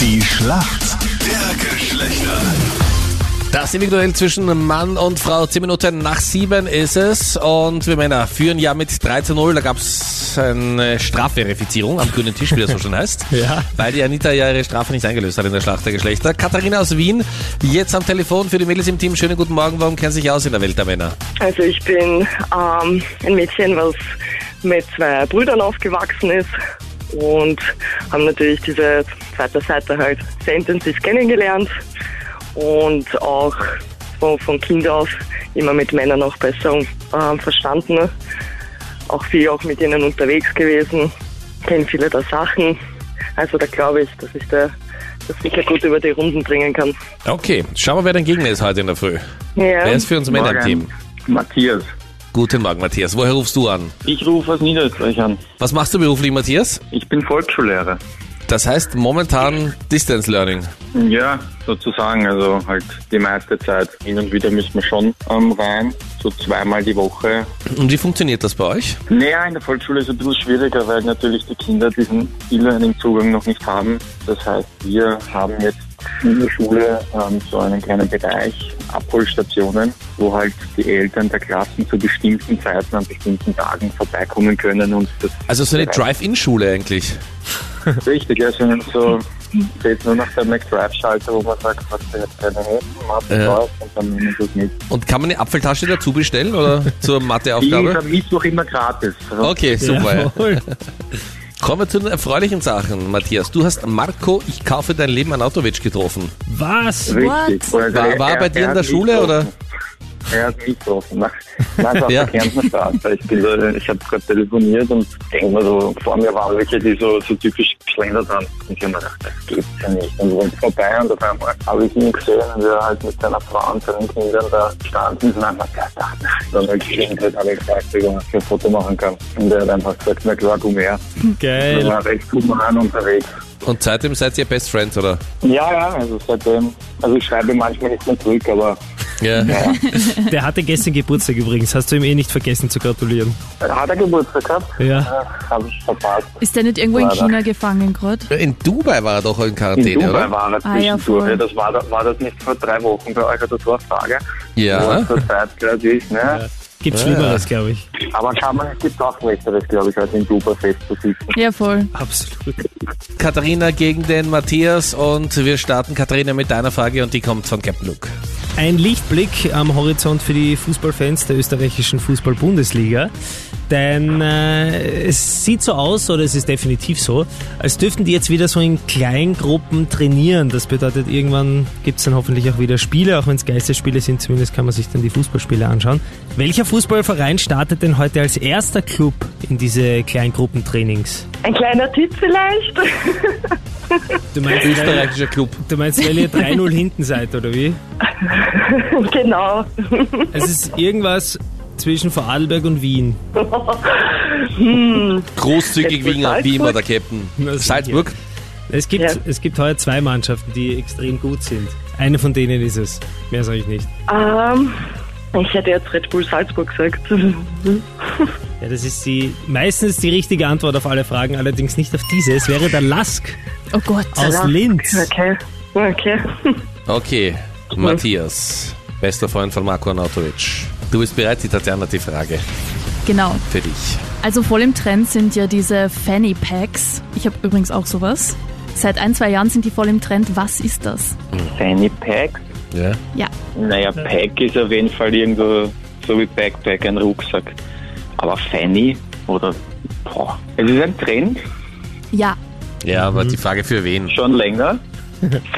Die Schlacht der Geschlechter. Das individuell zwischen Mann und Frau, 10 Minuten nach 7 ist es. Und wir Männer führen ja mit 3 zu 0. Da gab es eine Strafverifizierung am grünen Tisch, wie das so schön heißt. Ja. Weil die Anita ja ihre Strafe nicht eingelöst hat in der Schlacht der Geschlechter. Katharina aus Wien, jetzt am Telefon für die Mädels im Team. Schönen guten Morgen. Warum kennen Sie sich aus in der Welt der Männer? Also ich bin ähm, ein Mädchen, was mit zwei Brüdern aufgewachsen ist und haben natürlich diese zweite Seite halt sehr intensiv kennengelernt und auch von, von Kind auf immer mit Männern auch besser ähm, verstanden. Auch viel auch mit ihnen unterwegs gewesen, kennen viele der Sachen. Also da glaube ich, dass ich da das sicher gut über die Runden bringen kann. Okay, schauen wir, wer dein Gegner ist heute in der Früh. Ja. Wer ist für uns Männer im Team? Matthias. Guten Morgen, Matthias. Woher rufst du an? Ich rufe aus Niederösterreich an. Was machst du beruflich, Matthias? Ich bin Volksschullehrer. Das heißt momentan Distance Learning. Ja, sozusagen, also halt die meiste Zeit. Hin und wieder müssen wir schon ähm, rein, so zweimal die Woche. Und wie funktioniert das bei euch? Naja, in der Volksschule ist es ein bisschen schwieriger, weil natürlich die Kinder diesen vielen Zugang noch nicht haben. Das heißt, wir haben jetzt in der Schule ähm, so einen kleinen Bereich, Abholstationen, wo halt die Eltern der Klassen zu bestimmten Zeiten an bestimmten Tagen vorbeikommen können und das Also so eine Drive-In-Schule eigentlich. Richtig, ja, sondern so geht nur nach der McDrive-Schalter, wo man sagt, was der jetzt keine Hälften macht, Ja. drauf und dann nehmen wir das mit. Und kann man eine Apfeltasche dazu bestellen oder zur Die ist Matheaufgabe? am Mittwoch immer gratis. Also Okay, super. Ja. Jawohl. Kommen wir zu den erfreulichen Sachen, Matthias. Du hast Marco, ich kaufe dein Leben Anatovic getroffen. Was? Richtig. Also War- er- war er bei er- dir er in hat der mich Schule, getroffen. oder? Er hat mich getroffen. Nein, nein, auf Ja. der Kärntner Straße. Ich, bin da- ich habe gerade telefoniert und denke mir so, vor mir waren welche, die so, so typisch geschlendert haben. Und ich habe mir gedacht, das gibt's ja nicht. Und sind vorbei und auf einmal habe ich ihn gesehen, wie er halt mit seiner Frau und seinen Kindern da stand. Und dann habe ich mir gedacht, nein. Dann habe ich geschlendert, habe ich gefragt, ob ich ein Foto machen kann. Und er hat einfach gesagt, na klar, komm her. Wir Geil. waren recht human unterwegs. Und seitdem seid ihr Best Friends, oder? Ja, ja, also seitdem, also ich schreibe manchmal nicht mehr zurück, aber Ja. Der hatte gestern Geburtstag übrigens. Hast du ihm eh nicht vergessen zu gratulieren. Hat er Geburtstag gehabt? Ja. Äh, Habe ich verpasst. Ist der nicht irgendwo in Leider. China gefangen gerade? In Dubai war er doch in In Quarantäne, Dubai oder? war er Ah, ja, zwischendurch. voll. Ja, das war, war das nicht vor drei Wochen bei euch oder so eine Frage? Ja. Wo zur Zeit gerade ist, ne? Gibt Schlimmeres, glaube ich. Aber kann man, es gibt auch Schlechteres, glaube ich, als in Dubai festzusitzen. Ja, voll. Absolut. Katharina gegen den Matthias und wir starten Katharina mit deiner Frage und die kommt von Captain Luke. Ein Lichtblick am Horizont für die Fußballfans der österreichischen Fußball-Bundesliga. Denn äh, es sieht so aus, oder es ist definitiv so, als dürften die jetzt wieder so in Kleingruppen trainieren. Das bedeutet, irgendwann gibt es dann hoffentlich auch wieder Spiele, auch wenn es Geisterspiele sind, zumindest kann man sich dann die Fußballspiele anschauen. Welcher Fußballverein startet denn heute als erster Club in diese Kleingruppentrainings? Ein kleiner Tipp vielleicht? Du meinst, weil, Österreichischer Club. du meinst, weil ihr 3-0 hinten seid, oder wie? genau. Es ist irgendwas zwischen Vorarlberg und Wien. Großzügig Jetzt Wiener, Salzburg? wie immer der Captain. Na, sicher. Salzburg? Es gibt, Ja. es gibt heuer zwei Mannschaften, die extrem gut sind. Eine von denen ist es. Mehr sage ich nicht. Ähm, ich hätte jetzt Red Bull Salzburg gesagt. Ja, das ist die meistens die richtige Antwort auf alle Fragen, allerdings nicht auf diese. Es wäre der Lask Oh Gott. aus Linz. Okay. Okay. Okay, Matthias, bester Freund von Marco Anatovic. Du bist bereit, die Tatjana hat die Frage Genau. für dich. Also voll im Trend sind ja diese Fanny Packs. Ich habe übrigens auch sowas. Seit ein, zwei Jahren sind die voll im Trend. Was ist das? Fanny Pack? Ja. Ja, Naja, Pack ist auf jeden Fall irgendwo so wie Backpack, ein Rucksack. Aber Fanny oder, boah. Es ist ein Trend, ja. Ja, Mhm. aber die Frage für wen? schon länger.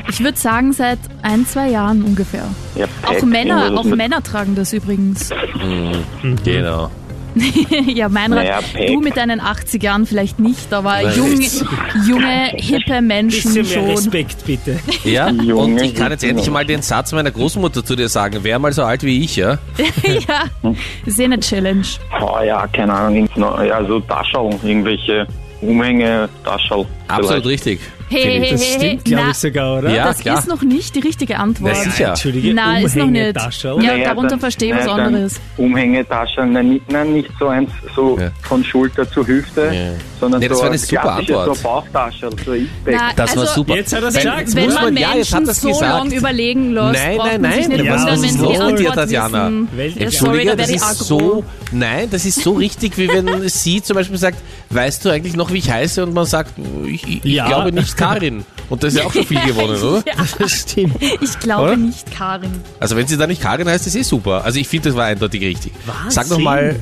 Ich würde sagen, seit ein, zwei Jahren ungefähr. Ja, Auch Pack, Männer, irgendwas auch mit- Männer tragen das übrigens. Genau. ja, Meinrad, Naja, Pack. du mit deinen 80 Jahren vielleicht nicht, aber Nein. junge, junge, hippe Menschen Bisschen mehr schon. Respekt, bitte. Ja, Junge, und ich kann gute jetzt endlich Leute. mal den Satz meiner Großmutter zu dir sagen. Wer mal so alt wie ich, ja? ja, ist eh eine Challenge. Oh ja, keine Ahnung, irgend- ja, so Taschau, irgendwelche also Umhänge, Taschau. Absolut richtig. Hey, hey, Das hey, hey. stimmt, glaube Na, ich sogar, oder? Ja, das klar. ist noch nicht die richtige Antwort. Nein, Ja, Entschuldige, Na, ist noch nicht. Umhängetasche, oder? Ja, darunter verstehe ich was anderes. Umhängetasche, nein, nicht- nein, nicht so eins so Ja. von Schulter zur Hüfte, Ja. sondern Nee, das so war ein eine super klassisches Antwort. So Bauchtasche, so ein Na, Backpack. Das war also, super. Jetzt hat er's Wenn- gesagt. jetzt Wenn muss man, man, ja, Menschen jetzt hat das so gesagt. lange überlegen lässt, Nein, braucht nein, man sich nein. nicht Ja, wundern, was wenn ist sie los die mit Antwort dir, Tatjana? wissen. Welche- Ja, sorry, Entschuldige, da das werde ich ist so, nein, das ist so richtig, wie wenn sie zum Beispiel sagt, weißt du eigentlich noch, wie ich heiße? Und man sagt, ich, ich Ja. glaube nicht Karin. Und das ist ja auch schon viel gewonnen, oder? Ja, Stimmt. ich glaube Oder? nicht, Karin. Also wenn sie da nicht Karin heißt, ist eh super. Also ich finde, das war eindeutig richtig. Wahnsinn. Sag nochmal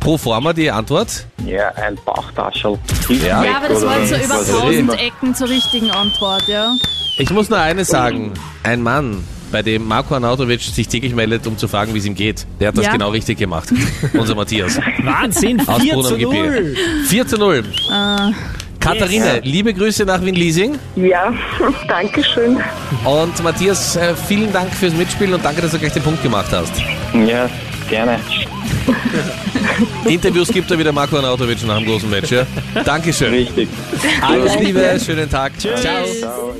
pro forma die Antwort. Ja, ein Bauchtasche. Ja, Ja, aber das Oder war jetzt so was über weiß ich. tausend Ecken zur richtigen Antwort, ja. Ich muss nur eines sagen. Ein Mann, bei dem Marco Arnautovic sich täglich meldet, um zu fragen, wie es ihm geht, der hat das Ja. genau richtig gemacht. Unser Matthias. Wahnsinn, Aus 4 zu Brunnen 0. 4 zu 0. Katharina, liebe Grüße nach Wien-Liesing. Ja, danke schön. Und Matthias, äh, vielen Dank fürs Mitspielen und danke, dass du gleich den Punkt gemacht hast. Ja, gerne. Interviews gibt er wieder Marco Arnautovic nach dem großen Match. Ja? Dankeschön. Richtig. Alles Liebe, schönen Tag. Ciao. Ciao.